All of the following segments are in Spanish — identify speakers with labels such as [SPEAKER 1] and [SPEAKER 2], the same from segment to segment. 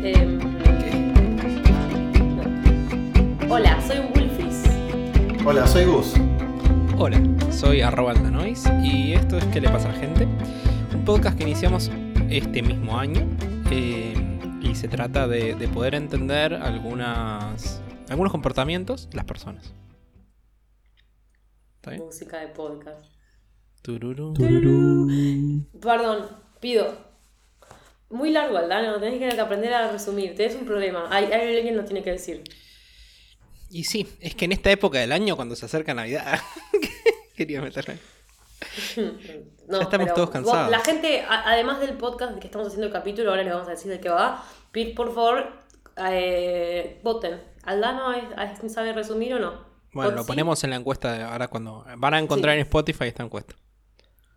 [SPEAKER 1] Em,
[SPEAKER 2] Hola, soy Gus.
[SPEAKER 3] Hola, soy arroba Aldanois y esto es ¿Qué le pasa a la gente? Un podcast que iniciamos este mismo año eh, y se trata de, de poder entender algunas, algunos comportamientos de las personas. ¿Está bien?
[SPEAKER 1] Música de podcast.
[SPEAKER 3] Tururú.
[SPEAKER 1] Perdón, pido. Muy largo, Aldano. Tenés que aprender a resumir. Tenés un problema. Hay, hay alguien lo tiene que decir.
[SPEAKER 3] Y sí, es que en esta época del año, cuando se acerca Navidad, quería meterme.
[SPEAKER 1] No,
[SPEAKER 3] Ya estamos
[SPEAKER 1] pero
[SPEAKER 3] todos
[SPEAKER 1] vos-
[SPEAKER 3] cansados.
[SPEAKER 1] la gente, a- además del podcast que estamos haciendo el capítulo, ahora les vamos a decir de qué va. Pid, por favor, eh, voten. ¿Aldano es- es- sabe resumir o no? Vot
[SPEAKER 3] Bueno, lo
[SPEAKER 1] Pues sí.
[SPEAKER 3] ponemos en la encuesta de ahora cuando van a encontrar en Spotify esta encuesta.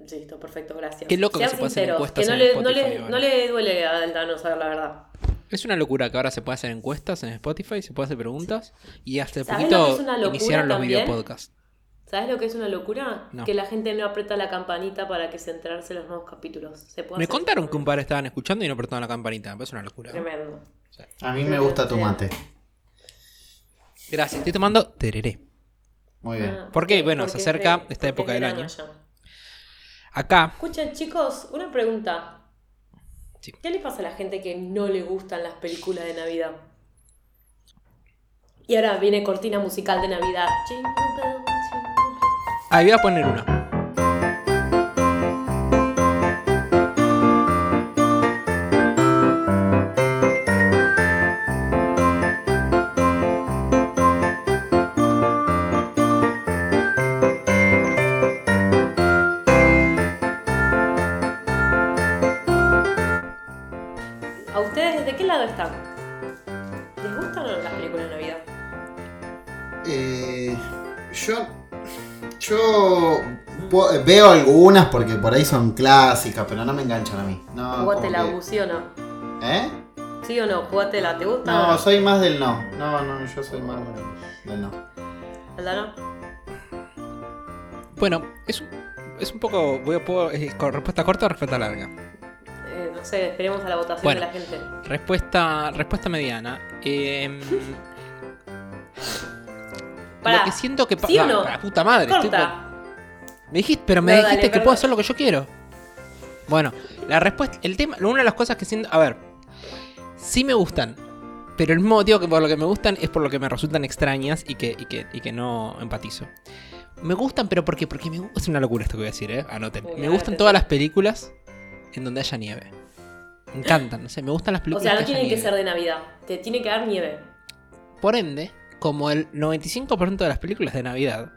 [SPEAKER 1] Listo, perfecto, gracias.
[SPEAKER 3] Qué loco que se puede hacer encuestas
[SPEAKER 1] que no,
[SPEAKER 3] en
[SPEAKER 1] le, no,
[SPEAKER 3] Spotify
[SPEAKER 1] le,
[SPEAKER 3] ahora.
[SPEAKER 1] no le duele a Aldano saber la verdad.
[SPEAKER 3] Es una locura que ahora se puede hacer encuestas en Spotify, se puede hacer preguntas y hasta
[SPEAKER 1] ¿Sabés lo que
[SPEAKER 3] poquito
[SPEAKER 1] es una locura
[SPEAKER 3] iniciaron los
[SPEAKER 1] también?
[SPEAKER 3] videopodcasts.
[SPEAKER 1] ¿Sabes lo que es una locura?
[SPEAKER 3] No.
[SPEAKER 1] Que la gente no aprieta la campanita para que se enterarse los nuevos capítulos. Se puede
[SPEAKER 3] Me
[SPEAKER 1] hacer
[SPEAKER 3] contaron que un par estaban escuchando y no apretaban la campanita, es una locura.
[SPEAKER 1] Tremendo.
[SPEAKER 2] A mí me gusta tu mate.
[SPEAKER 3] Gracias, estoy tomando tereré.
[SPEAKER 2] Muy bien.
[SPEAKER 1] Ah,
[SPEAKER 3] Eh, ¿Por qué?
[SPEAKER 1] ok,
[SPEAKER 3] Bueno, se
[SPEAKER 1] porque es
[SPEAKER 3] acerca
[SPEAKER 1] de-
[SPEAKER 3] esta
[SPEAKER 1] porque
[SPEAKER 3] época
[SPEAKER 1] es
[SPEAKER 3] del
[SPEAKER 1] verano
[SPEAKER 3] año.
[SPEAKER 1] ya.
[SPEAKER 3] Acá,
[SPEAKER 1] Escuchen, chicos, una pregunta.
[SPEAKER 3] Sí.
[SPEAKER 1] ¿Qué le pasa a la gente que no le gustan las películas de Navidad? Y ahora viene cortina musical de Navidad. Jingle bell, jingle bell.
[SPEAKER 3] ahí voy a poner una.
[SPEAKER 1] ¿A ustedes desde qué lado están? ¿Les gustan o no las películas de Navidad? Ah.
[SPEAKER 2] Eh, yo yo po- veo algunas porque por ahí son clásicas, pero no me enganchan a mí. No, como
[SPEAKER 1] Jugátela,
[SPEAKER 2] que-
[SPEAKER 1] Gus, ¿sí o no?
[SPEAKER 2] ¿Eh?
[SPEAKER 1] ¿Sí o no? Jugátela, ¿te gusta?
[SPEAKER 2] No,
[SPEAKER 1] o
[SPEAKER 2] soy más del no. No, no, yo soy más del- del no.
[SPEAKER 1] ¿Aldano?
[SPEAKER 3] Bueno, es un, es un poco. Voy a, puedo- eh, con respuesta corta o respuesta larga.
[SPEAKER 1] Eh, no sé, esperemos a la votación
[SPEAKER 3] Bueno.
[SPEAKER 1] de la gente.
[SPEAKER 3] Respuesta, respuesta mediana. Em,
[SPEAKER 1] Pará,
[SPEAKER 3] lo que siento que pa-
[SPEAKER 1] ¿sí o
[SPEAKER 3] Ah,
[SPEAKER 1] no?
[SPEAKER 3] La puta madre, estoy
[SPEAKER 1] Corta.
[SPEAKER 3] Me dijiste, pero me
[SPEAKER 1] No,
[SPEAKER 3] dijiste
[SPEAKER 1] dale,
[SPEAKER 3] que
[SPEAKER 1] perdón.
[SPEAKER 3] puedo hacer lo que yo quiero. Bueno, la respuesta, el tema, una de las cosas que siento, a ver, sí me gustan, pero el mismo motivo que por lo que me gustan es por lo que me resultan extrañas y que, y que, y que no empatizo. Me gustan, pero porque, porque me gu- es una locura esto que voy a decir, eh, anoten.
[SPEAKER 1] Uy,
[SPEAKER 3] me
[SPEAKER 1] ahora
[SPEAKER 3] gustan
[SPEAKER 1] te-
[SPEAKER 3] todas las películas en donde haya nieve. Me encantan, no sé, me gustan las
[SPEAKER 1] O
[SPEAKER 3] películas.
[SPEAKER 1] sea, no
[SPEAKER 3] que haya
[SPEAKER 1] tiene que
[SPEAKER 3] nieve.
[SPEAKER 1] ser de Navidad. Te tiene que dar nieve.
[SPEAKER 3] Por ende, como el 95% de las películas de Navidad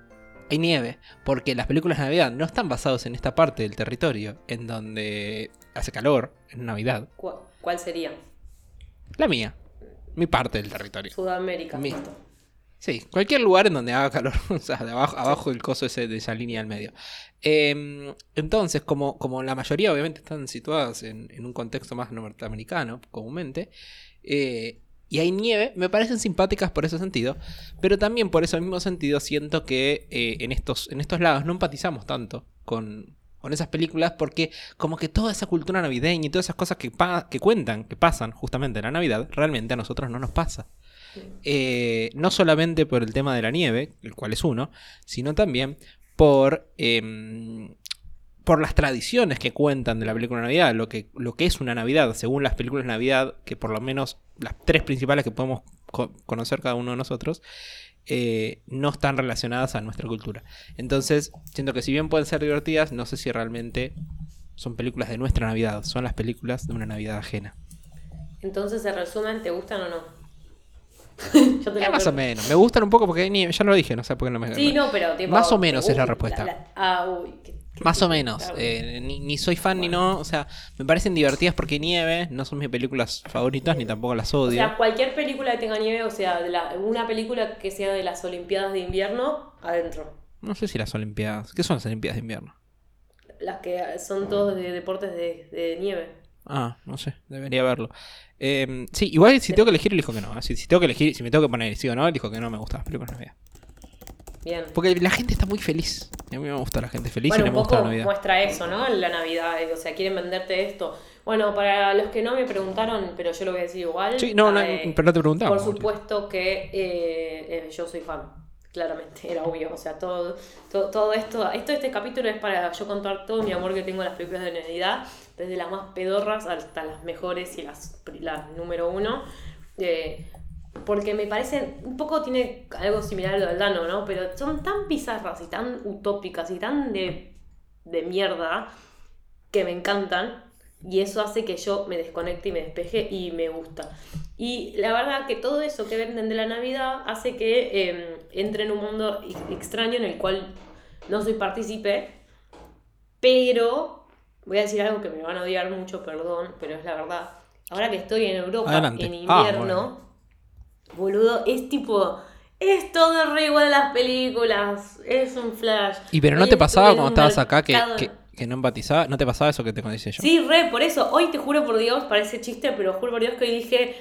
[SPEAKER 3] hay nieve, porque las películas de Navidad no están basadas en esta parte del territorio en donde hace calor en Navidad.
[SPEAKER 1] ¿Cuál, cuál sería?
[SPEAKER 3] La mía, mi parte del territorio.
[SPEAKER 1] Sudamérica.
[SPEAKER 3] Mi- Sí, cualquier lugar en donde haga calor, o sea, de abajo, abajo del coso ese de esa línea al medio. Eh, entonces, como, como la mayoría obviamente están situadas en, en un contexto más norteamericano, comúnmente, eh, y hay nieve, me parecen simpáticas por ese sentido, pero también por ese mismo sentido siento que eh, en, estos, en estos lados no empatizamos tanto con, con esas películas porque como que toda esa cultura navideña y todas esas cosas que, pa- que cuentan, que pasan justamente en la Navidad, realmente a nosotros no nos pasa. Eh, no solamente por el tema de la nieve, el cual es uno, sino también por, em, por las tradiciones que cuentan de la película de Navidad, lo que, lo que es una Navidad, según las películas de Navidad, que por lo menos las tres principales que podemos co- conocer cada uno de nosotros, eh, no están relacionadas a nuestra cultura. Entonces, siento que si bien pueden ser divertidas, no sé si realmente son películas de nuestra Navidad, son las películas de una Navidad ajena.
[SPEAKER 1] Entonces, en resumen, ¿te gustan o no? Yo te
[SPEAKER 3] Eh,
[SPEAKER 1] lo
[SPEAKER 3] más
[SPEAKER 1] pregunto.
[SPEAKER 3] o menos, me gustan un poco porque hay nieve, ya lo dije, no sé por qué no me...
[SPEAKER 1] Sí, no, pero tipo,
[SPEAKER 3] Más o
[SPEAKER 1] ¿te
[SPEAKER 3] menos es la
[SPEAKER 1] gusta?
[SPEAKER 3] respuesta.
[SPEAKER 1] La- ah, uy. qué- qué-
[SPEAKER 3] Más o
[SPEAKER 1] qué-
[SPEAKER 3] menos.
[SPEAKER 1] ah,
[SPEAKER 3] eh, ni, ni soy fan ni no. O sea, me parecen divertidas porque hay nieve. No son mis películas favoritas ni tampoco las
[SPEAKER 1] O
[SPEAKER 3] odio.
[SPEAKER 1] sea, cualquier película que tenga nieve, o sea, de la- una película que sea de las Olimpiadas de invierno, adentro.
[SPEAKER 3] no sé si las Olimpiadas. ¿Qué son las Olimpiadas de invierno?
[SPEAKER 1] Las que son
[SPEAKER 3] Mm.
[SPEAKER 1] todos de deportes de, de nieve.
[SPEAKER 3] Ah, no sé. Debería verlo. Eh, sí, igual si tengo que elegir, elijo que no. ¿eh? Si, si tengo que elegir, si me tengo que poner sí o no, elijo que no me gustan las películas de Navidad.
[SPEAKER 1] Bien.
[SPEAKER 3] Porque la gente está muy feliz. Y a mí me gusta la gente feliz
[SPEAKER 1] Bueno,
[SPEAKER 3] y
[SPEAKER 1] un
[SPEAKER 3] no me gusta
[SPEAKER 1] poco
[SPEAKER 3] la Navidad.
[SPEAKER 1] muestra eso, ¿no? La Navidad, eh, o sea, quieren venderte esto. Bueno, para los que no me preguntaron, pero yo lo voy a decir igual.
[SPEAKER 3] Sí, no, no,
[SPEAKER 1] eh,
[SPEAKER 3] pero no te preguntaba.
[SPEAKER 1] Por supuesto que eh, eh, yo soy fan. Claramente, era obvio. O sea, todo, todo, todo esto, esto, este capítulo es para yo contar todo mi amor que tengo a las películas de Navidad, desde las más pedorras hasta las mejores y las, las número uno. Eh, porque me parece, un poco tiene algo similar a lo del Dano, ¿no? Pero son tan bizarras y tan utópicas y tan de, de mierda que me encantan. Y eso hace que yo me desconecte y me despeje y me gusta. Y la verdad que todo eso que venden de la Navidad hace que eh, entre en un mundo ex- extraño en el cual no soy partícipe, pero voy a decir algo que me van a odiar mucho, perdón, pero es la verdad. Ahora que estoy en Europa
[SPEAKER 3] Adelante.
[SPEAKER 1] en
[SPEAKER 3] Ah,
[SPEAKER 1] invierno, boludo, es tipo, es todo re igual a las películas, es un flash.
[SPEAKER 3] Y pero no
[SPEAKER 1] Hoy
[SPEAKER 3] te pasaba
[SPEAKER 1] estuve en
[SPEAKER 3] cuando
[SPEAKER 1] un
[SPEAKER 3] estabas acá que,
[SPEAKER 1] mercado-
[SPEAKER 3] que, que no empatizaba, no te pasaba eso que te decía yo.
[SPEAKER 1] Sí, re, por eso. Hoy te juro por Dios, parece chiste, pero juro por Dios que hoy dije,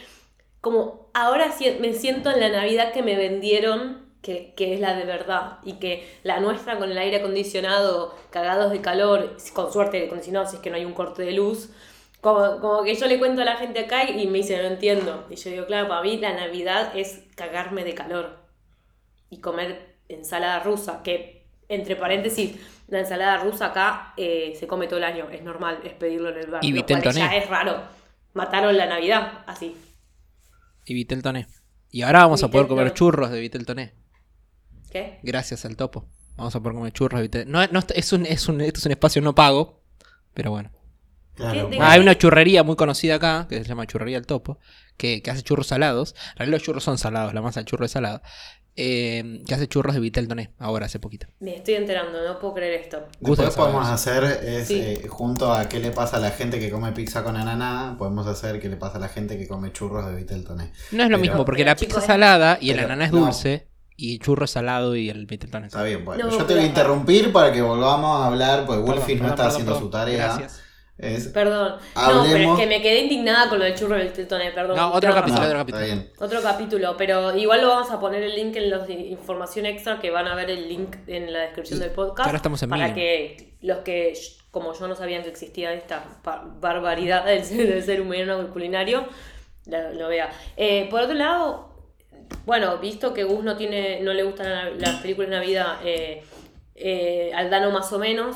[SPEAKER 1] como ahora si- me siento en la Navidad que me vendieron, que, que es la de verdad, y que la nuestra con el aire acondicionado, cagados de calor, con suerte de acondicionado, si es que no hay un corte de luz. Como, como que yo le cuento a la gente acá y me dice, no entiendo. Y yo digo, claro, para mí la Navidad es cagarme de calor y comer ensalada rusa, que entre paréntesis, la ensalada rusa acá eh, se come todo el año, es normal, es pedirlo en el bar.
[SPEAKER 3] Y
[SPEAKER 1] lo cual
[SPEAKER 3] Viteltoné.
[SPEAKER 1] ya es raro. Mataron la Navidad, así.
[SPEAKER 3] Y Vitel Toné. Y ahora vamos a poder
[SPEAKER 1] Vitel
[SPEAKER 3] comer
[SPEAKER 1] Toné.
[SPEAKER 3] churros de Vitel Toné.
[SPEAKER 1] ¿Qué? Gracias.
[SPEAKER 3] Gracias al topo. Vamos a poder comer churros de Vitel. No, no, está- es un, es un, esto es un espacio no pago. Pero bueno.
[SPEAKER 2] Claro.
[SPEAKER 1] ¿Qué te-
[SPEAKER 3] Ah, hay una churrería muy conocida acá, que se llama Churrería El Topo, que, que hace churros salados. En realidad los churros son salados, la masa de churro es salada. Eh, que hace churros de Vitel Toné, ahora hace poquito.
[SPEAKER 1] Me estoy enterando, no puedo creer esto.
[SPEAKER 3] Gusto de
[SPEAKER 2] Después podemos
[SPEAKER 3] saber
[SPEAKER 2] hacer, es,
[SPEAKER 1] Sí.
[SPEAKER 2] eh, junto a qué le pasa a la gente que come pizza con ananá, podemos hacer qué le pasa a la gente que come churros de Vitel Toné.
[SPEAKER 3] No es
[SPEAKER 2] Pero-
[SPEAKER 3] lo mismo, porque
[SPEAKER 1] pero,
[SPEAKER 3] la
[SPEAKER 1] chicos,
[SPEAKER 3] pizza es
[SPEAKER 1] eh.
[SPEAKER 3] salada y el
[SPEAKER 2] Pero,
[SPEAKER 3] ananá es
[SPEAKER 2] no.
[SPEAKER 3] dulce, y el churro es salado y el Vitel Toné es
[SPEAKER 2] Está bien, bueno.
[SPEAKER 1] No,
[SPEAKER 2] Yo te
[SPEAKER 1] pero-
[SPEAKER 2] voy a interrumpir para que volvamos a hablar, porque
[SPEAKER 3] Perdón,
[SPEAKER 2] Wolfie no está
[SPEAKER 3] perdón, perdón,
[SPEAKER 2] haciendo
[SPEAKER 3] perdón.
[SPEAKER 2] su tarea.
[SPEAKER 3] Gracias.
[SPEAKER 2] Es...
[SPEAKER 1] Perdón. No, pero es
[SPEAKER 2] Hablemos-
[SPEAKER 1] que me quedé indignada con lo del churro del Tetone, perdón.
[SPEAKER 3] No, otro
[SPEAKER 1] Tenés
[SPEAKER 2] No,
[SPEAKER 3] capítulo,
[SPEAKER 1] razón.
[SPEAKER 3] otro
[SPEAKER 2] está
[SPEAKER 3] capítulo.
[SPEAKER 2] bien.
[SPEAKER 1] Otro capítulo, pero igual lo vamos a poner el link en la información extra que van a ver el link en la descripción del podcast.
[SPEAKER 3] Ahora estamos en
[SPEAKER 1] Para
[SPEAKER 3] vivo.
[SPEAKER 1] que los que, sh- como yo, no sabían que existía esta ba- barbaridad del ser, del ser humano culinario, la- lo vea. Eh, por otro lado, bueno, visto que Gus no tiene no le gustan la- las películas de Navidad eh, eh, al Dano más o menos.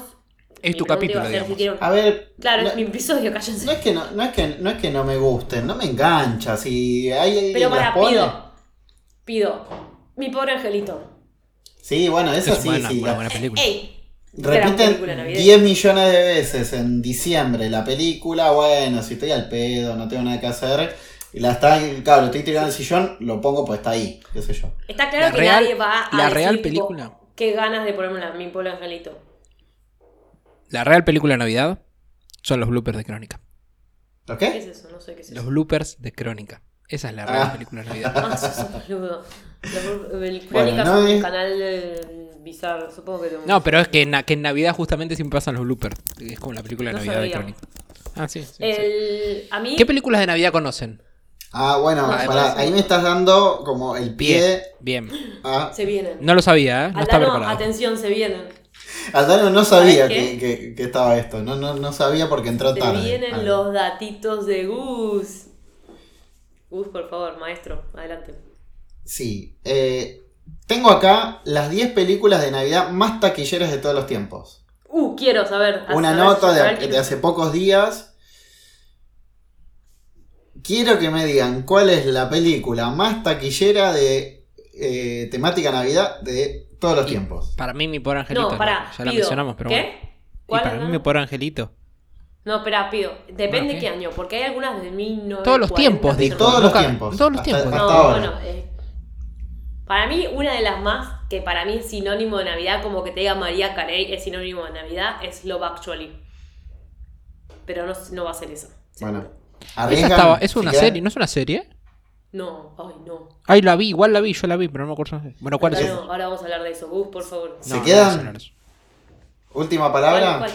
[SPEAKER 3] Es
[SPEAKER 1] mi
[SPEAKER 3] tu
[SPEAKER 1] pregunta
[SPEAKER 3] capítulo,
[SPEAKER 1] iba a ser si
[SPEAKER 3] digamos.
[SPEAKER 1] quieren-
[SPEAKER 2] A ver,
[SPEAKER 1] Claro,
[SPEAKER 2] no,
[SPEAKER 1] es mi episodio, cállense.
[SPEAKER 2] no es que no, no es que no es que no me gusten, no me engancha. Si hay alguien
[SPEAKER 1] pero
[SPEAKER 2] que las
[SPEAKER 1] para,
[SPEAKER 2] pone-
[SPEAKER 1] pido. Pido. Mi pobre angelito.
[SPEAKER 2] Sí, bueno, eso
[SPEAKER 3] Es
[SPEAKER 2] sí,
[SPEAKER 3] buena,
[SPEAKER 2] sí.
[SPEAKER 3] buena,
[SPEAKER 2] la-
[SPEAKER 3] buena película.
[SPEAKER 1] ¡Ey! Gran película
[SPEAKER 2] Repiten
[SPEAKER 1] navideña.
[SPEAKER 2] 10 millones de veces en diciembre la película, bueno, si estoy al pedo, no tengo nada que hacer, y la está, claro, estoy tirando el sillón, lo pongo pues está ahí, qué sé yo.
[SPEAKER 1] Está claro
[SPEAKER 3] La
[SPEAKER 1] que
[SPEAKER 3] real-
[SPEAKER 1] nadie va a
[SPEAKER 3] la
[SPEAKER 1] decir,
[SPEAKER 3] real
[SPEAKER 1] tipo,
[SPEAKER 3] película.
[SPEAKER 1] qué ganas de ponerme una, mi pobre angelito.
[SPEAKER 3] La real película de Navidad son los bloopers de Crónica.
[SPEAKER 2] ¿Lo
[SPEAKER 1] ¿Qué
[SPEAKER 2] qué?
[SPEAKER 1] es eso? No sé qué es
[SPEAKER 3] Los
[SPEAKER 1] eso.
[SPEAKER 3] bloopers de Crónica. Esa es la real
[SPEAKER 2] Ah.
[SPEAKER 3] película de Navidad.
[SPEAKER 1] Ah, sos un boludo. Los- El Crónica
[SPEAKER 2] no
[SPEAKER 1] es un
[SPEAKER 2] es-
[SPEAKER 1] canal eh, bizarro, supongo que...
[SPEAKER 3] No, pero es que en, que en Navidad justamente siempre pasan los bloopers. Es como la película de
[SPEAKER 1] No
[SPEAKER 3] Navidad de
[SPEAKER 1] sabía.
[SPEAKER 3] Crónica. Ah, sí. sí, sí.
[SPEAKER 1] El... A mí...
[SPEAKER 3] ¿Qué películas de Navidad conocen?
[SPEAKER 2] Ah, bueno,
[SPEAKER 1] Ah,
[SPEAKER 2] pará,
[SPEAKER 1] sí.
[SPEAKER 2] ahí me estás dando como el
[SPEAKER 3] Bien,
[SPEAKER 2] pie
[SPEAKER 3] bien.
[SPEAKER 2] a...
[SPEAKER 1] Se vienen.
[SPEAKER 3] No lo sabía, ¿eh? no estaba
[SPEAKER 1] Aldano,
[SPEAKER 3] preparado.
[SPEAKER 1] atención, se vienen.
[SPEAKER 2] Aldano no sabía
[SPEAKER 1] ¿Sabes
[SPEAKER 2] que, que- que estaba esto, no, no, no sabía porque entró
[SPEAKER 1] Se
[SPEAKER 2] tarde.
[SPEAKER 1] vienen
[SPEAKER 2] Ah.
[SPEAKER 1] los datitos de Gus. Gus, por favor, maestro, adelante.
[SPEAKER 2] Sí, eh, tengo acá las 10 películas de Navidad más taquilleras de todos los tiempos.
[SPEAKER 1] Uh, quiero saber. a
[SPEAKER 2] una
[SPEAKER 1] saber,
[SPEAKER 2] nota de,
[SPEAKER 1] saber quién-
[SPEAKER 2] de hace pocos días. Quiero que me digan cuál es la película más taquillera de eh, temática Navidad de todos los
[SPEAKER 3] Y-
[SPEAKER 2] tiempos.
[SPEAKER 3] Para mí, mi pobre angelito.
[SPEAKER 1] No, pará,
[SPEAKER 3] ya la
[SPEAKER 1] pido.
[SPEAKER 3] mencionamos, pero bueno.
[SPEAKER 1] ¿Qué?
[SPEAKER 3] Y
[SPEAKER 1] ¿Cuál,
[SPEAKER 3] para mí,
[SPEAKER 1] Aldano?
[SPEAKER 3] mi pobre angelito.
[SPEAKER 1] No, espera, pido. Depende
[SPEAKER 3] Bueno, ¿qué?
[SPEAKER 1] qué año, porque hay algunas de 1940.
[SPEAKER 3] Todos los tiempos,
[SPEAKER 1] que
[SPEAKER 2] De
[SPEAKER 3] dijo.
[SPEAKER 1] son-
[SPEAKER 2] todos
[SPEAKER 3] no
[SPEAKER 2] los
[SPEAKER 3] cabe.
[SPEAKER 2] tiempos.
[SPEAKER 3] Todos los tiempos,
[SPEAKER 2] Hasta,
[SPEAKER 1] No,
[SPEAKER 2] hasta ahora.
[SPEAKER 1] bueno, eh, para mí una de las más que para mí es sinónimo de Navidad, como que te diga María Carey es sinónimo de Navidad, es Love Actually. Pero no, no va a ser esa. seguro.
[SPEAKER 2] Bueno,
[SPEAKER 3] Esa
[SPEAKER 2] arriesgan,
[SPEAKER 3] estaba, es
[SPEAKER 2] si
[SPEAKER 3] una
[SPEAKER 2] quieren.
[SPEAKER 3] serie, ¿no es una serie?
[SPEAKER 1] No, ay no.
[SPEAKER 3] Ay, la vi, igual la vi, yo la vi, pero no me acuerdo. Bueno, ¿cuál es?
[SPEAKER 1] Ahora, no, ahora vamos a hablar de eso. Gus, por favor.
[SPEAKER 2] ¿Se quedan?
[SPEAKER 3] no, no, no.
[SPEAKER 2] Última palabra.
[SPEAKER 1] ¿Cuál, cuál?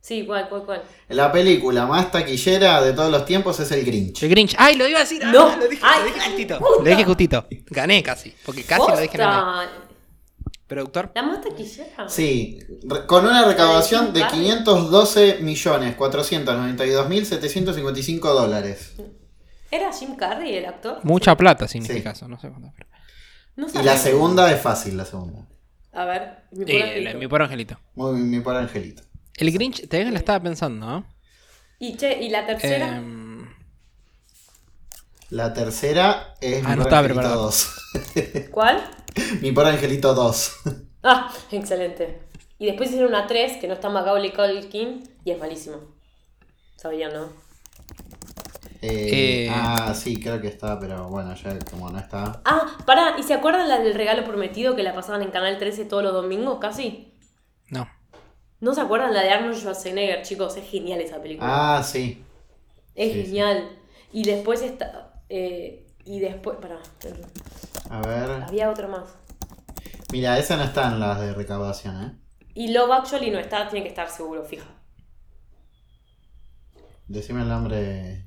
[SPEAKER 1] Sí, ¿cuál, cuál, cuál?
[SPEAKER 2] La película más taquillera de todos los tiempos es El Grinch.
[SPEAKER 3] El Grinch. ¡Ay, lo iba a decir!
[SPEAKER 1] No.
[SPEAKER 3] Ah, Lo dije,
[SPEAKER 1] Ay,
[SPEAKER 3] lo dije justito.
[SPEAKER 1] puta.
[SPEAKER 3] Lo dije justito. Gané casi. Porque casi lo dije en el aire.
[SPEAKER 1] Posta.
[SPEAKER 3] Productor.
[SPEAKER 1] ¿La más taquillera?
[SPEAKER 2] Sí, re- con una recaudación de
[SPEAKER 1] Ay,
[SPEAKER 2] 512.492.755 dólares.
[SPEAKER 1] ¿Era Jim Carrey el actor?
[SPEAKER 3] Mucha plata significa
[SPEAKER 2] Sí.
[SPEAKER 3] eso, no sé cuánto. pero-
[SPEAKER 1] No
[SPEAKER 2] Y
[SPEAKER 1] sabía.
[SPEAKER 2] la segunda es fácil, la segunda.
[SPEAKER 1] A ver, mi
[SPEAKER 3] Eh,
[SPEAKER 1] pobre angelito.
[SPEAKER 3] mi pobre angelito.
[SPEAKER 2] Muy mi pobre angelito.
[SPEAKER 3] El Grinch, te la estaba pensando, ¿no?
[SPEAKER 1] Y che, y la tercera.
[SPEAKER 3] Em,
[SPEAKER 2] La tercera es
[SPEAKER 3] Ah,
[SPEAKER 2] mi
[SPEAKER 3] no
[SPEAKER 2] pobre
[SPEAKER 3] estaba
[SPEAKER 2] angelito
[SPEAKER 3] preparado.
[SPEAKER 2] 2.
[SPEAKER 1] ¿Cuál?
[SPEAKER 2] mi pobre angelito 2.
[SPEAKER 1] Ah, excelente. Y después hicieron una 3 que no está Macaulay Culkin y es malísimo. Sabían, ¿no?
[SPEAKER 2] Eh,
[SPEAKER 3] Eh.
[SPEAKER 2] Ah, sí, creo que está, pero bueno, ya como no está.
[SPEAKER 1] Ah, pará, ¿y se acuerdan la del regalo prometido que la pasaban en Canal 13 todos los domingos casi?
[SPEAKER 3] no.
[SPEAKER 1] ¿No se acuerdan la de Arnold Schwarzenegger, chicos? Es genial esa película.
[SPEAKER 2] Ah, sí.
[SPEAKER 1] es
[SPEAKER 2] sí, sí.
[SPEAKER 1] genial. Y después está. eh, y después. Pará.
[SPEAKER 2] Ah. A ver.
[SPEAKER 1] Había otra más.
[SPEAKER 2] Mira, esas no están las de recaudación, ¿eh?
[SPEAKER 1] Y Love Actually no está, tiene que estar seguro, fija.
[SPEAKER 2] Decime el nombre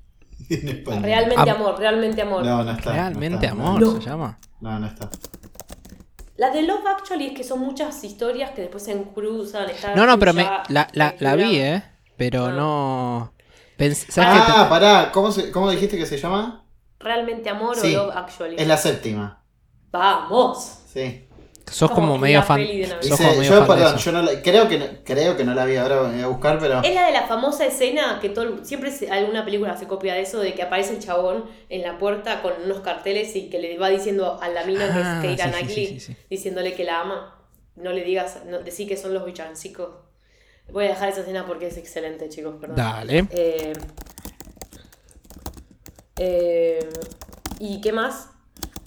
[SPEAKER 2] en español.
[SPEAKER 1] Realmente
[SPEAKER 3] Am-
[SPEAKER 1] amor, realmente amor.
[SPEAKER 2] Ah. No, no está. no
[SPEAKER 3] Realmente
[SPEAKER 2] está, no.
[SPEAKER 3] amor
[SPEAKER 1] No.
[SPEAKER 3] se llama.
[SPEAKER 2] No, no está.
[SPEAKER 1] La de Love Actually es que son muchas historias que después se cruzan. está
[SPEAKER 3] No, no, pero me,
[SPEAKER 1] ya
[SPEAKER 3] la, la, la vi, ¿eh? Pero
[SPEAKER 1] Ah.
[SPEAKER 3] no. Pens- ¿sabes qué?
[SPEAKER 2] Ah, pará, ¿cómo, se- cómo dijiste que se llama?
[SPEAKER 1] Realmente amor
[SPEAKER 2] Sí,
[SPEAKER 1] o Love Actually.
[SPEAKER 2] Es la séptima.
[SPEAKER 1] Vamos.
[SPEAKER 2] Sí.
[SPEAKER 3] Sos
[SPEAKER 1] como
[SPEAKER 3] como medio
[SPEAKER 1] la
[SPEAKER 3] fan.
[SPEAKER 1] peli de Navidad.
[SPEAKER 3] Sos
[SPEAKER 2] Dice-
[SPEAKER 3] como medio
[SPEAKER 2] yo,
[SPEAKER 3] fan de
[SPEAKER 2] perdón,
[SPEAKER 3] eso.
[SPEAKER 2] yo no la, creo, que no, creo que no la vi ahora, voy a buscar, pero.
[SPEAKER 1] Es la de la famosa escena que todo, el- siempre se- alguna película se copia de eso, de que aparece el chabón en la puerta con unos carteles y que le va diciendo a la mina que
[SPEAKER 3] Ah,
[SPEAKER 1] es Keira
[SPEAKER 3] sí, sí,
[SPEAKER 1] Knightley,
[SPEAKER 3] sí, sí, sí.
[SPEAKER 1] diciéndole que la ama. No le digas, no, decí que son los bichancicos. Voy a dejar esa escena porque es excelente, chicos, perdón.
[SPEAKER 3] Dale.
[SPEAKER 1] Eh, eh, ¿Y qué más?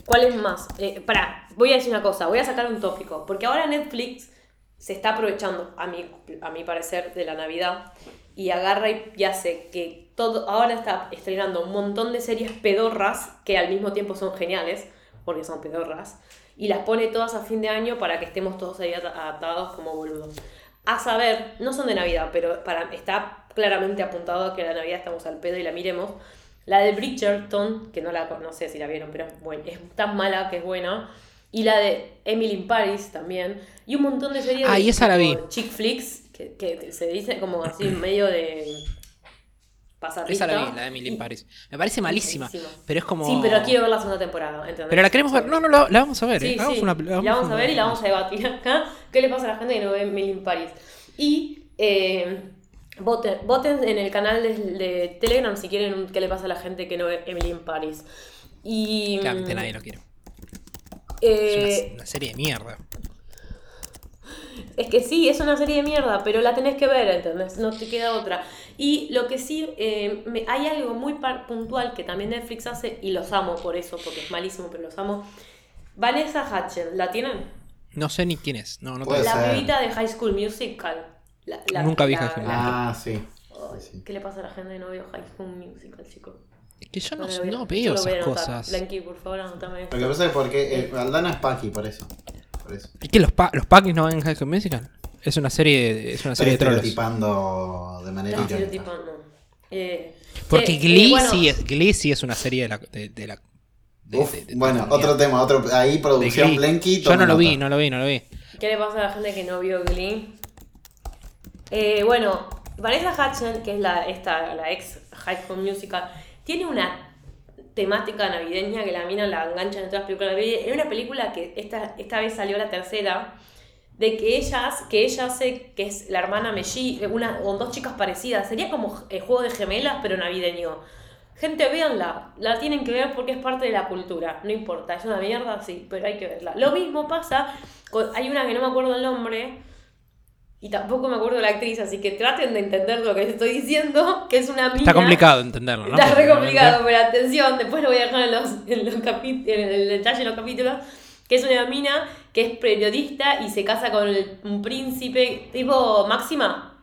[SPEAKER 1] ¿Cuál es más? Eh, pará, voy a decir una cosa, voy a sacar un tópico, porque ahora Netflix se está aprovechando, a mi, a mi parecer, de la Navidad, y agarra y, y hace que todo, ahora está estrenando un montón de series pedorras, que al mismo tiempo son geniales, porque son pedorras, y las pone todas a fin de año para que estemos todos ahí ata- atados como boludos. A saber, no son de Navidad, pero para, está claramente apuntado a que la Navidad estamos al pedo y la miremos. La de Bridgerton, que no la con- no sé si la vieron, pero es, buena, es tan mala que es buena. Y la de Emily in Paris también. Y un montón de series
[SPEAKER 3] Ah,
[SPEAKER 1] de
[SPEAKER 3] y esa la vi.
[SPEAKER 1] tipo chick flicks, que, que se dice como así en medio de pasarrita.
[SPEAKER 3] Esa la vi, la de Emily in Paris. Me parece malísima.
[SPEAKER 1] Malísima.
[SPEAKER 3] Pero es como.
[SPEAKER 1] Sí, pero quiero ver la segunda temporada, ¿entendés?
[SPEAKER 3] Pero la queremos ver. No, no, la, la vamos a ver.
[SPEAKER 1] Sí,
[SPEAKER 3] eh. Hagamos
[SPEAKER 1] sí.
[SPEAKER 3] una-
[SPEAKER 1] la vamos a ver y la vamos a debatir acá. ¿Qué le pasa a la gente que no ve Emily in Paris? Y eh, voten, voten en el canal de, de Telegram si quieren un qué le pasa a la gente que no ve Emily in Paris. Y. mm,
[SPEAKER 3] Claramente nadie lo quiere. Es
[SPEAKER 1] eh,
[SPEAKER 3] una, una serie de mierda.
[SPEAKER 1] Es que sí, es una serie de mierda, pero la tenés que ver, ¿entendés? No te queda otra. Y lo que sí, eh, me- hay algo muy par- puntual que también Netflix hace, y los amo por eso, porque es malísimo, pero los amo. Vanessa Hudgens, ¿la tienen?
[SPEAKER 3] No sé ni quién es. No, no te
[SPEAKER 2] Puede
[SPEAKER 1] la
[SPEAKER 2] ser.
[SPEAKER 1] pibita de High School Musical. La- la-
[SPEAKER 3] Nunca vi
[SPEAKER 1] la-
[SPEAKER 3] High School
[SPEAKER 1] la-
[SPEAKER 2] Ah, sí.
[SPEAKER 1] Ay,
[SPEAKER 2] Sí, sí.
[SPEAKER 1] ¿Qué le pasa a la gente que no vio High School Musical, chico?
[SPEAKER 3] Es que yo no,
[SPEAKER 1] No lo voy a-
[SPEAKER 3] no
[SPEAKER 1] yo
[SPEAKER 3] veo
[SPEAKER 1] lo voy a
[SPEAKER 3] esas
[SPEAKER 1] anotar.
[SPEAKER 3] cosas.
[SPEAKER 1] Blanqui, por favor, anotame esto.
[SPEAKER 2] Lo que pasa es porque eh, Aldana es Paki, por eso. Por eso.
[SPEAKER 3] ¿Es que los, pa los Packings no ven High School Musical? Es una serie de, es
[SPEAKER 2] Estoy
[SPEAKER 3] una serie de trolos.
[SPEAKER 2] estereotipando de manera
[SPEAKER 1] Estoy
[SPEAKER 2] irónica.
[SPEAKER 1] estereotipando. Eh,
[SPEAKER 3] Porque
[SPEAKER 1] eh,
[SPEAKER 3] Glee,
[SPEAKER 1] bueno,
[SPEAKER 3] sí es, Glee sí es una serie de la. De, de la de-
[SPEAKER 2] Uf,
[SPEAKER 3] de- de-
[SPEAKER 2] bueno,
[SPEAKER 3] de-
[SPEAKER 2] otro tema, otro ahí
[SPEAKER 3] de
[SPEAKER 2] producción
[SPEAKER 3] Glee.
[SPEAKER 2] Blenky.
[SPEAKER 3] Yo no
[SPEAKER 2] toma
[SPEAKER 3] lo vi,
[SPEAKER 2] nota.
[SPEAKER 3] no lo vi, no lo vi.
[SPEAKER 1] ¿Qué le pasa a la gente que no vio Glee? Eh, bueno, Vanessa Hudgens, que es la, esta, la ex High School Musical, tiene una temática navideña que la mina la engancha en otras películas navideñas. En una película que esta, esta vez salió la tercera, de que ellas, que ella hace, que es la hermana Melli, una, o dos chicas parecidas, sería como el juego de gemelas, pero navideño. Gente, véanla, la tienen que ver porque es parte de la cultura, no importa, es una mierda, sí, pero hay que verla. Lo mismo pasa, con, hay una que no me acuerdo el nombre, y tampoco me acuerdo la actriz, así que traten de entender lo que les estoy diciendo, que es una mina.
[SPEAKER 3] Está complicado entenderlo, ¿no?
[SPEAKER 1] Está
[SPEAKER 3] Porque
[SPEAKER 1] re complicado,
[SPEAKER 3] realmente-
[SPEAKER 1] pero atención, después lo voy a dejar en, los, en, los capi- en el detalle de los capítulos, que es una mina que es periodista y se casa con el- un príncipe tipo Máxima,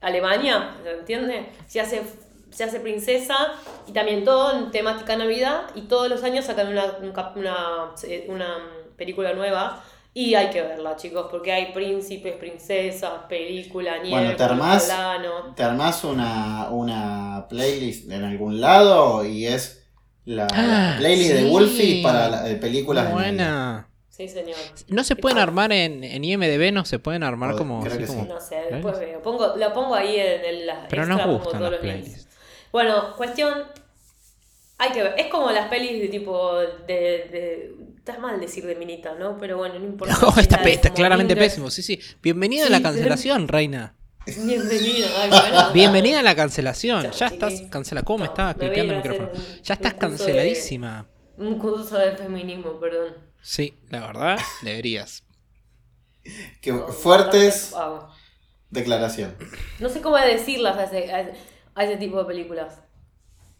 [SPEAKER 1] Alemania, ¿se entiende? Se hace, se hace princesa y también todo en temática Navidad y todos los años sacan una, un cap- una, eh, una película nueva. Y hay que verla, chicos, porque hay príncipes, princesas, película, nieve,
[SPEAKER 2] Bueno, te armás-
[SPEAKER 1] venezolano.
[SPEAKER 2] Te armás una, una playlist en algún lado y es la, la
[SPEAKER 3] Ah,
[SPEAKER 2] playlist de
[SPEAKER 3] sí.
[SPEAKER 2] Wolfie para la- de películas de Navidad.
[SPEAKER 3] Buena.
[SPEAKER 1] Sí, señor.
[SPEAKER 3] No se pueden armar en, en IMDB, no se pueden armar
[SPEAKER 2] Joder,
[SPEAKER 3] como.
[SPEAKER 2] creo
[SPEAKER 3] así
[SPEAKER 2] que
[SPEAKER 3] como-
[SPEAKER 2] sí.
[SPEAKER 1] No sé, después veo. Pongo, lo pongo ahí en, en las
[SPEAKER 3] Pero
[SPEAKER 1] extra,
[SPEAKER 3] nos
[SPEAKER 1] pongo
[SPEAKER 3] gustan
[SPEAKER 1] todos
[SPEAKER 3] las
[SPEAKER 1] los links.
[SPEAKER 3] playlists.
[SPEAKER 1] Bueno, cuestión. Hay que ver. Es como las pelis de tipo. De, de- Está mal decir de minita, ¿no? Pero bueno, no importa.
[SPEAKER 3] No, Oh, está,
[SPEAKER 1] Era
[SPEAKER 3] pe- está
[SPEAKER 1] como
[SPEAKER 3] claramente
[SPEAKER 1] lindo.
[SPEAKER 3] pésimo, sí, sí. Bienvenida
[SPEAKER 1] Sí,
[SPEAKER 3] a la cancelación, reina.
[SPEAKER 1] Bienvenida. ay, bueno.
[SPEAKER 3] Bienvenida a la cancelación.
[SPEAKER 1] Chao,
[SPEAKER 3] Ya estás
[SPEAKER 1] chiquis.
[SPEAKER 3] cancelada. ¿Cómo me
[SPEAKER 1] No,
[SPEAKER 3] estaba
[SPEAKER 1] me voy a
[SPEAKER 3] clipeando el
[SPEAKER 1] ir a
[SPEAKER 3] micrófono?
[SPEAKER 1] hacer un-
[SPEAKER 3] Ya estás
[SPEAKER 1] un curso de-
[SPEAKER 3] canceladísima.
[SPEAKER 1] Un curso de feminismo, perdón.
[SPEAKER 3] Sí, la verdad, deberías.
[SPEAKER 2] Que
[SPEAKER 1] No,
[SPEAKER 2] fuertes
[SPEAKER 1] no, no, no,
[SPEAKER 2] declaración.
[SPEAKER 1] No sé cómo decirlas a ese, a ese- a ese tipo de películas.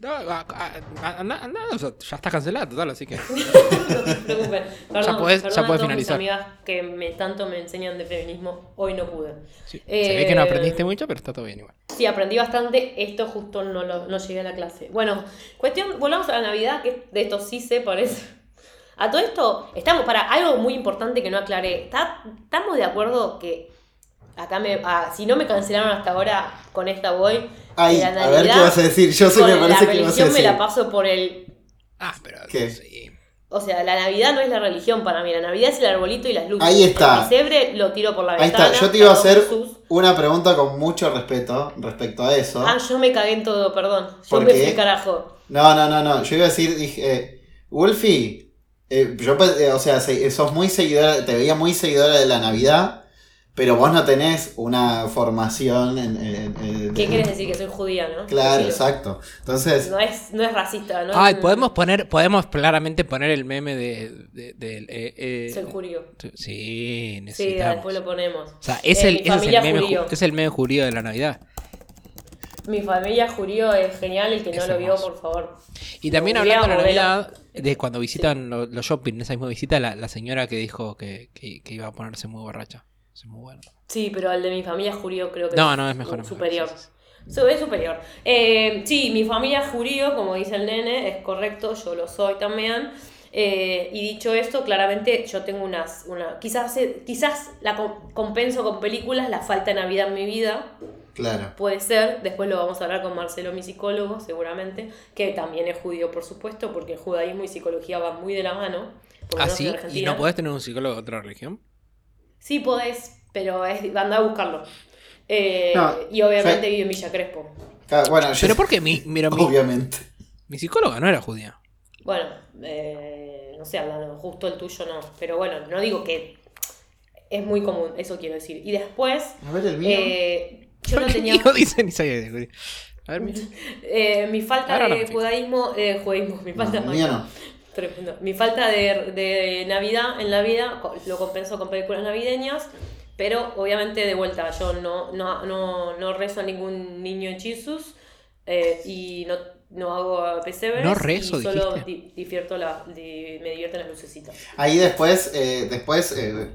[SPEAKER 3] No, a- a- a- anda- anda, o sea, ya estás cancelada, total, así que.
[SPEAKER 1] No se preocupen. Perdón, perdón
[SPEAKER 3] Ya podés- ya
[SPEAKER 1] a
[SPEAKER 3] podés
[SPEAKER 1] todas mis
[SPEAKER 3] finalizar.
[SPEAKER 1] amigas que me, tanto me enseñan de feminismo, hoy no pude.
[SPEAKER 3] Sí, Se ve que no
[SPEAKER 1] Eh,
[SPEAKER 3] aprendiste mucho, pero está todo bien igual.
[SPEAKER 1] Sí, aprendí bastante. Esto justo no, lo- no llegué a la clase. Bueno, cuestión, volvamos a la Navidad, que de esto sí sé, parece. A todo esto, estamos para algo muy importante que no aclaré. ¿Está- ¿Estamos de acuerdo que acá me. ah, si no me cancelaron hasta ahora con esta voy.
[SPEAKER 2] Ay,
[SPEAKER 1] de
[SPEAKER 2] a ver qué vas a decir. Yo sé
[SPEAKER 1] con
[SPEAKER 2] me parece
[SPEAKER 1] la
[SPEAKER 2] que vas a
[SPEAKER 1] religión me
[SPEAKER 2] decir.
[SPEAKER 1] la paso por el.
[SPEAKER 3] Ah, pero.
[SPEAKER 2] ¿Qué?
[SPEAKER 3] sí.
[SPEAKER 1] O sea, la Navidad no es la religión para mí. La Navidad es el arbolito y las luces.
[SPEAKER 2] Ahí está.
[SPEAKER 1] El pesebre lo tiro por la
[SPEAKER 2] Ahí
[SPEAKER 1] ventana.
[SPEAKER 2] está, yo te iba a
[SPEAKER 1] cargo
[SPEAKER 2] hacer
[SPEAKER 1] Jesús.
[SPEAKER 2] una pregunta con mucho respeto respecto a eso.
[SPEAKER 1] Ah, yo me cagué en todo, perdón. Yo
[SPEAKER 2] ¿Por
[SPEAKER 1] me
[SPEAKER 2] qué?
[SPEAKER 1] fui al carajo.
[SPEAKER 2] No, no, no, no. Yo iba a decir, dije, eh, Wolfie, eh, yo, pe- eh, o sea, se- sos muy seguidora, te veía muy seguidora de la Navidad, pero vos no tenés una formación en. en- en-
[SPEAKER 1] ¿Qué
[SPEAKER 2] de-
[SPEAKER 1] quieres decir? Que soy judía, ¿no?
[SPEAKER 2] Claro,
[SPEAKER 1] Sí,
[SPEAKER 2] exacto. Entonces,
[SPEAKER 1] No es, no es racista, ¿no?
[SPEAKER 3] Ay,
[SPEAKER 1] No,
[SPEAKER 3] podemos poner, podemos claramente poner el meme de. de- del, eh, eh,
[SPEAKER 1] Soy judío.
[SPEAKER 3] Sí,
[SPEAKER 1] Sí,
[SPEAKER 3] necesitamos.
[SPEAKER 1] después lo ponemos.
[SPEAKER 3] O sea, es
[SPEAKER 1] Eh,
[SPEAKER 3] el,
[SPEAKER 1] mi
[SPEAKER 3] ese es
[SPEAKER 1] familia
[SPEAKER 3] el meme,
[SPEAKER 1] judío.
[SPEAKER 3] ju- es el meme judío de la Navidad.
[SPEAKER 1] Mi familia judío es genial. El que no
[SPEAKER 3] Es
[SPEAKER 1] lo vio,
[SPEAKER 3] hermoso.
[SPEAKER 1] por favor.
[SPEAKER 3] Y también
[SPEAKER 1] Lo
[SPEAKER 3] hablando de la
[SPEAKER 1] hubiera
[SPEAKER 3] Navidad, de cuando visitan lo- los shopping, esa misma visita, la, la señora que dijo que, que- que iba a ponerse muy borracha. Eso es muy bueno.
[SPEAKER 1] Sí, pero el de mi familia judío creo que
[SPEAKER 3] No, no, es mejor. es mejor,
[SPEAKER 1] superior.
[SPEAKER 3] sí, sí, sí.
[SPEAKER 1] Su- Es superior. Eh, sí, mi familia judío, como dice el nene, es correcto, yo lo soy también. Eh, y dicho esto, claramente yo tengo unas. Una, quizás, eh, quizás la com- compenso con películas la falta de Navidad en mi vida.
[SPEAKER 2] claro.
[SPEAKER 1] Puede ser, después lo vamos a hablar con Marcelo, mi psicólogo, seguramente, que también es judío, por supuesto, porque judaísmo y psicología van muy de la mano. por lo
[SPEAKER 3] Ah,
[SPEAKER 1] menos en
[SPEAKER 3] sí, y
[SPEAKER 1] Argentina.
[SPEAKER 3] no podés tener un psicólogo de otra religión.
[SPEAKER 1] Sí podés, pero es, anda a buscarlo. Eh,
[SPEAKER 2] No,
[SPEAKER 1] y obviamente
[SPEAKER 2] sí.
[SPEAKER 1] vive en Villa Crespo.
[SPEAKER 2] Claro, Bueno, yo-
[SPEAKER 3] Pero porque mi, mira, mi,
[SPEAKER 2] obviamente.
[SPEAKER 3] mi psicóloga no era judía.
[SPEAKER 1] Bueno, eh, no sé, hablando justo el tuyo no, pero bueno, no digo que es muy común, eso quiero decir. Y después,
[SPEAKER 2] A ver el mío.
[SPEAKER 1] eh, yo no
[SPEAKER 3] Porque
[SPEAKER 1] tenía...
[SPEAKER 3] no dice ni sabía de judía. A ver, mira.
[SPEAKER 1] eh, mi falta
[SPEAKER 3] Ahora no
[SPEAKER 1] de
[SPEAKER 3] me fijo.
[SPEAKER 1] judaísmo, eh, judaísmo, mi
[SPEAKER 2] No,
[SPEAKER 1] falta,
[SPEAKER 2] el mío no.
[SPEAKER 1] Tremendo. Mi falta de, de Navidad en la vida co- lo compenso con películas navideñas, pero obviamente de vuelta, yo no, no, no, no rezo a ningún niño en Jesus eh, y no, no hago pesebres.
[SPEAKER 3] No rezo,
[SPEAKER 1] y solo
[SPEAKER 3] dijiste.
[SPEAKER 1] di- divierto la, di- me divierten las lucecitas.
[SPEAKER 2] Ahí después, eh, después eh,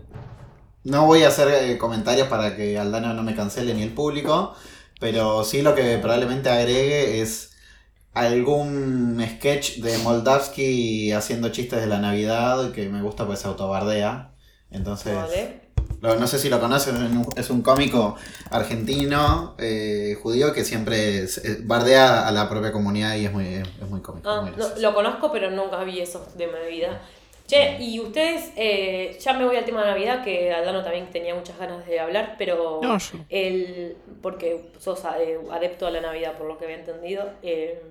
[SPEAKER 2] no voy a hacer eh, comentarios para que Aldana no me cancele ni el público, pero sí lo que probablemente agregue es algún sketch de Moldavsky haciendo chistes de la Navidad que me gusta pues autobardea. Entonces,
[SPEAKER 1] ¿Vale?
[SPEAKER 2] lo- no sé si lo conocen, es un- es un cómico argentino, eh, judío, que siempre es- eh, bardea a la propia comunidad y es muy, es, es muy cómico.
[SPEAKER 1] Ah,
[SPEAKER 2] muy
[SPEAKER 1] no,
[SPEAKER 2] gracioso.
[SPEAKER 1] lo conozco, pero nunca vi esos de Navidad. Che, y ustedes, eh, ya me voy al tema de Navidad, que Aldano también tenía muchas ganas de hablar, pero...
[SPEAKER 3] No, yo-
[SPEAKER 1] El, porque sos a- eh, adepto a la Navidad, por lo que había entendido. eh,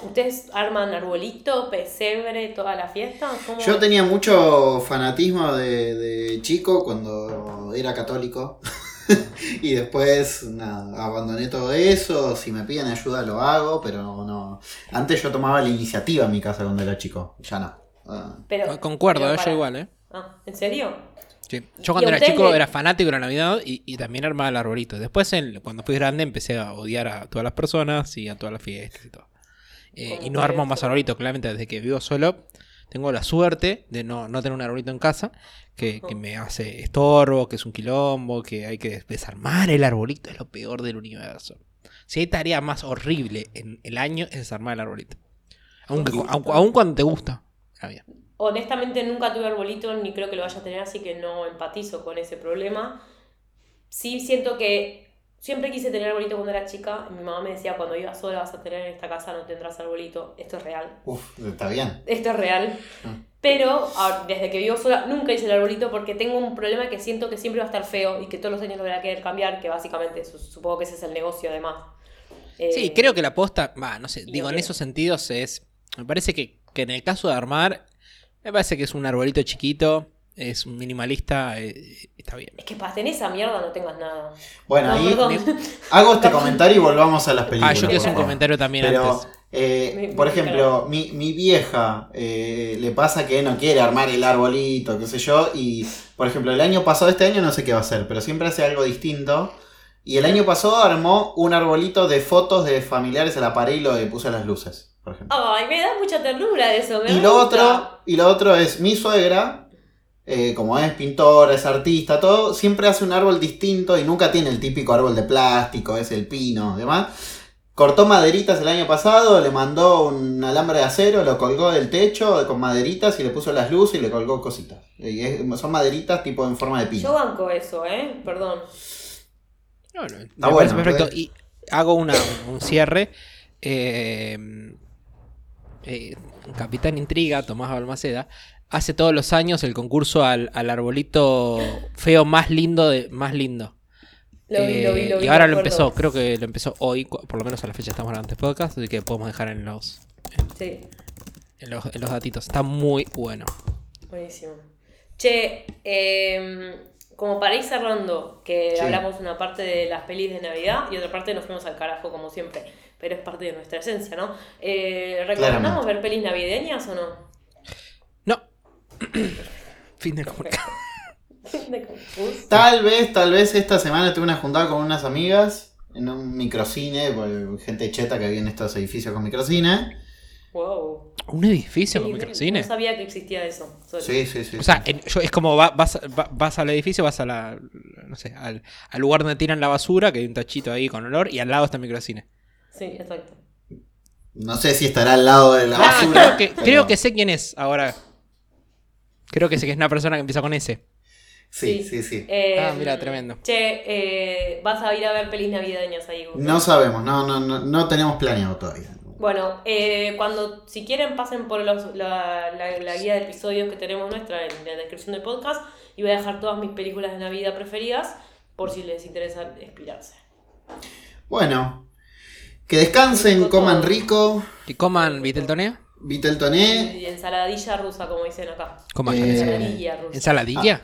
[SPEAKER 1] ¿Ustedes arman arbolito, pesebre, toda la fiesta? ¿Cómo?
[SPEAKER 2] Yo tenía mucho fanatismo de, de chico cuando era católico. y después nada, abandoné todo eso. Si me piden ayuda lo hago, pero no, no. Antes yo tomaba la iniciativa en mi casa cuando era chico. Ya no. Ah,
[SPEAKER 1] Pero,
[SPEAKER 3] Concuerdo,
[SPEAKER 1] pero
[SPEAKER 3] eh, yo
[SPEAKER 1] pará.
[SPEAKER 3] igual, ¿eh.
[SPEAKER 1] Ah, ¿En serio?
[SPEAKER 3] Sí.
[SPEAKER 1] ¿Y a
[SPEAKER 3] Yo cuando era
[SPEAKER 1] ustedes
[SPEAKER 3] chico
[SPEAKER 1] le-
[SPEAKER 3] era fanático de la Navidad y, y también armaba el arbolito. Después, en- cuando fui grande, empecé a odiar a todas las personas y a todas las fiestas y todo. Eh,
[SPEAKER 1] Como
[SPEAKER 3] y no armo
[SPEAKER 1] que
[SPEAKER 3] más
[SPEAKER 1] eso.
[SPEAKER 3] arbolito, claramente, desde que vivo solo. Tengo la suerte de no, no tener un arbolito en casa, que, que me hace estorbo, que es un quilombo, que hay que desarmar el arbolito, es lo peor del universo. Si hay tarea más horrible en el año, es desarmar el arbolito. Aunque, aun, aun cuando te gusta. la vida.
[SPEAKER 1] Honestamente nunca tuve arbolito ni creo que lo vaya a tener, así que no empatizo con ese problema. Sí siento que siempre quise tener arbolito cuando era chica. Mi mamá me decía, cuando ibas sola vas a tener en esta casa, no tendrás arbolito. Esto es real.
[SPEAKER 2] uf, está bien.
[SPEAKER 1] Esto es real.
[SPEAKER 2] Mm.
[SPEAKER 1] Pero a- desde que vivo sola nunca hice el arbolito porque tengo un problema que siento que siempre va a estar feo y que todos los años lo voy a querer cambiar, que básicamente su- supongo que ese es el negocio además. Eh,
[SPEAKER 3] Sí, creo que la posta, va, no sé,
[SPEAKER 1] y
[SPEAKER 3] digo, en
[SPEAKER 1] obvio.
[SPEAKER 3] esos sentidos es me parece que, que en el caso de armar, me parece que es un arbolito chiquito, es un minimalista, eh, está bien.
[SPEAKER 1] Es que para tener esa mierda no tengas nada.
[SPEAKER 2] Bueno,
[SPEAKER 1] No,
[SPEAKER 2] ahí
[SPEAKER 1] perdón.
[SPEAKER 2] hago este comentario y volvamos a las
[SPEAKER 3] Ah,
[SPEAKER 2] películas.
[SPEAKER 3] yo quiero hacer
[SPEAKER 2] por
[SPEAKER 3] un
[SPEAKER 2] favor.
[SPEAKER 3] comentario también
[SPEAKER 2] Pero,
[SPEAKER 3] antes.
[SPEAKER 2] eh,
[SPEAKER 1] Mi- mi
[SPEAKER 2] por
[SPEAKER 1] vieja.
[SPEAKER 2] ejemplo, mi, mi vieja eh, le pasa que no quiere armar el arbolito, qué sé yo, y por ejemplo, el año pasado, este año no sé qué va a hacer, pero siempre hace algo distinto. Y el año pasado armó un arbolito de fotos de familiares a la pared y lo le puso las luces, por ejemplo.
[SPEAKER 1] Ay, me da mucha ternura eso. Me
[SPEAKER 2] Y lo otro, y lo otro es mi suegra, eh, como es pintora, es artista, todo, siempre hace un árbol distinto y nunca tiene el típico árbol de plástico, es el pino, demás. Cortó maderitas el año pasado, le mandó un alambre de acero, lo colgó del techo con maderitas y le puso las luces y le colgó cositas. Y es- son maderitas tipo en forma de
[SPEAKER 1] Yo
[SPEAKER 2] pino.
[SPEAKER 1] banco eso, ¿eh? Perdón.
[SPEAKER 3] No, no, me
[SPEAKER 2] bueno,
[SPEAKER 3] parece perfecto.
[SPEAKER 2] entonces-
[SPEAKER 3] Y hago una, un cierre. Eh, eh, Capitán Intriga, Tomás Balmaceda, hace todos los años el concurso al, al arbolito feo más lindo. De, más lindo.
[SPEAKER 1] Lo vi, lo vi, lo
[SPEAKER 3] Eh,
[SPEAKER 1] vi.
[SPEAKER 3] y ahora
[SPEAKER 1] me
[SPEAKER 3] lo
[SPEAKER 1] acuerdo.
[SPEAKER 3] empezó, creo que lo empezó hoy, cu- por lo menos a la fecha estamos grabando este podcast, así que podemos dejar en los,
[SPEAKER 1] Sí.
[SPEAKER 3] en los, en los datitos. Está muy bueno.
[SPEAKER 1] Buenísimo. Che, em, como para ir cerrando, que
[SPEAKER 2] Sí.
[SPEAKER 1] hablamos una parte de las pelis de Navidad y otra parte nos fuimos al carajo, como siempre, pero es parte de nuestra esencia, ¿no? Eh, ¿Recomendamos ver pelis navideñas o no?
[SPEAKER 3] No. fin del comunicado.
[SPEAKER 1] De Confus.
[SPEAKER 2] Tal vez, tal vez esta semana tuve una juntada con unas amigas en un microcine, porque gente cheta que vive en estos edificios con microcine.
[SPEAKER 1] Wow.
[SPEAKER 3] Un edificio con
[SPEAKER 1] Sí,
[SPEAKER 3] microcine.
[SPEAKER 1] No sabía que existía eso. Sorry.
[SPEAKER 2] Sí, sí, sí.
[SPEAKER 3] O sea, en- yo- es como va- vas, va- vas al edificio, vas a la, no sé, al, al lugar donde tiran la basura, que hay un tachito ahí con olor, y al lado está el microcine.
[SPEAKER 1] Sí, exacto.
[SPEAKER 2] No sé si estará al lado de la
[SPEAKER 3] Ah,
[SPEAKER 2] basura.
[SPEAKER 3] creo que,
[SPEAKER 2] pero-
[SPEAKER 3] creo que sé quién es ahora. Creo que sé que es una persona que empieza con S.
[SPEAKER 2] Sí, sí, sí.
[SPEAKER 1] Eh,
[SPEAKER 3] Ah, mira, tremendo.
[SPEAKER 1] Che, eh, vas a ir a ver pelis navideñas ahí. Gus?
[SPEAKER 2] No sabemos, no, no, no, no tenemos planeado todavía.
[SPEAKER 1] Bueno, eh, cuando si quieren pasen por los- la, la- la guía de episodios que tenemos nuestra en la descripción del podcast y voy a dejar todas mis películas de Navidad preferidas por si les interesa inspirarse.
[SPEAKER 2] Bueno, que descansen, coman rico,
[SPEAKER 3] Que coman Viteltonea.
[SPEAKER 2] Viteltoné.
[SPEAKER 1] Y ensaladilla rusa, como dicen acá.
[SPEAKER 3] Coman
[SPEAKER 2] Eh,
[SPEAKER 1] Ensaladilla rusa.
[SPEAKER 3] ensaladilla.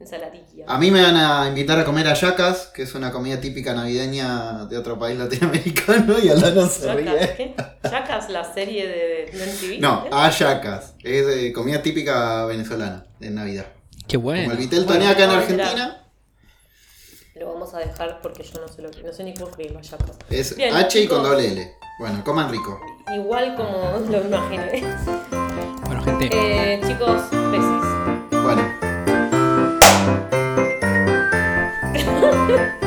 [SPEAKER 1] Ensaladilla.
[SPEAKER 2] A mí me van a invitar a comer ayacas, que es una comida típica navideña de otro país latinoamericano, y Aldana se
[SPEAKER 1] Yacas,
[SPEAKER 2] ríe.
[SPEAKER 1] ¿qué? Yacas, la serie de, de MTV.
[SPEAKER 2] No,
[SPEAKER 1] ¿eh?
[SPEAKER 2] ayacas, es eh, comida típica venezolana de Navidad.
[SPEAKER 3] Qué
[SPEAKER 2] Como el
[SPEAKER 3] bueno.
[SPEAKER 2] Viteltoné acá en
[SPEAKER 1] Bueno,
[SPEAKER 2] Argentina,
[SPEAKER 1] Lo vamos a dejar porque yo no sé lo que- no sé ni cómo escribirlo, yacas.
[SPEAKER 2] es
[SPEAKER 1] Bien,
[SPEAKER 2] H y con
[SPEAKER 1] chicos.
[SPEAKER 2] doble L. Bueno, coman rico.
[SPEAKER 1] Igual como lo imaginé.
[SPEAKER 3] Bueno, gente.
[SPEAKER 1] Eh, chicos, besis.
[SPEAKER 2] Bueno.
[SPEAKER 1] Eh,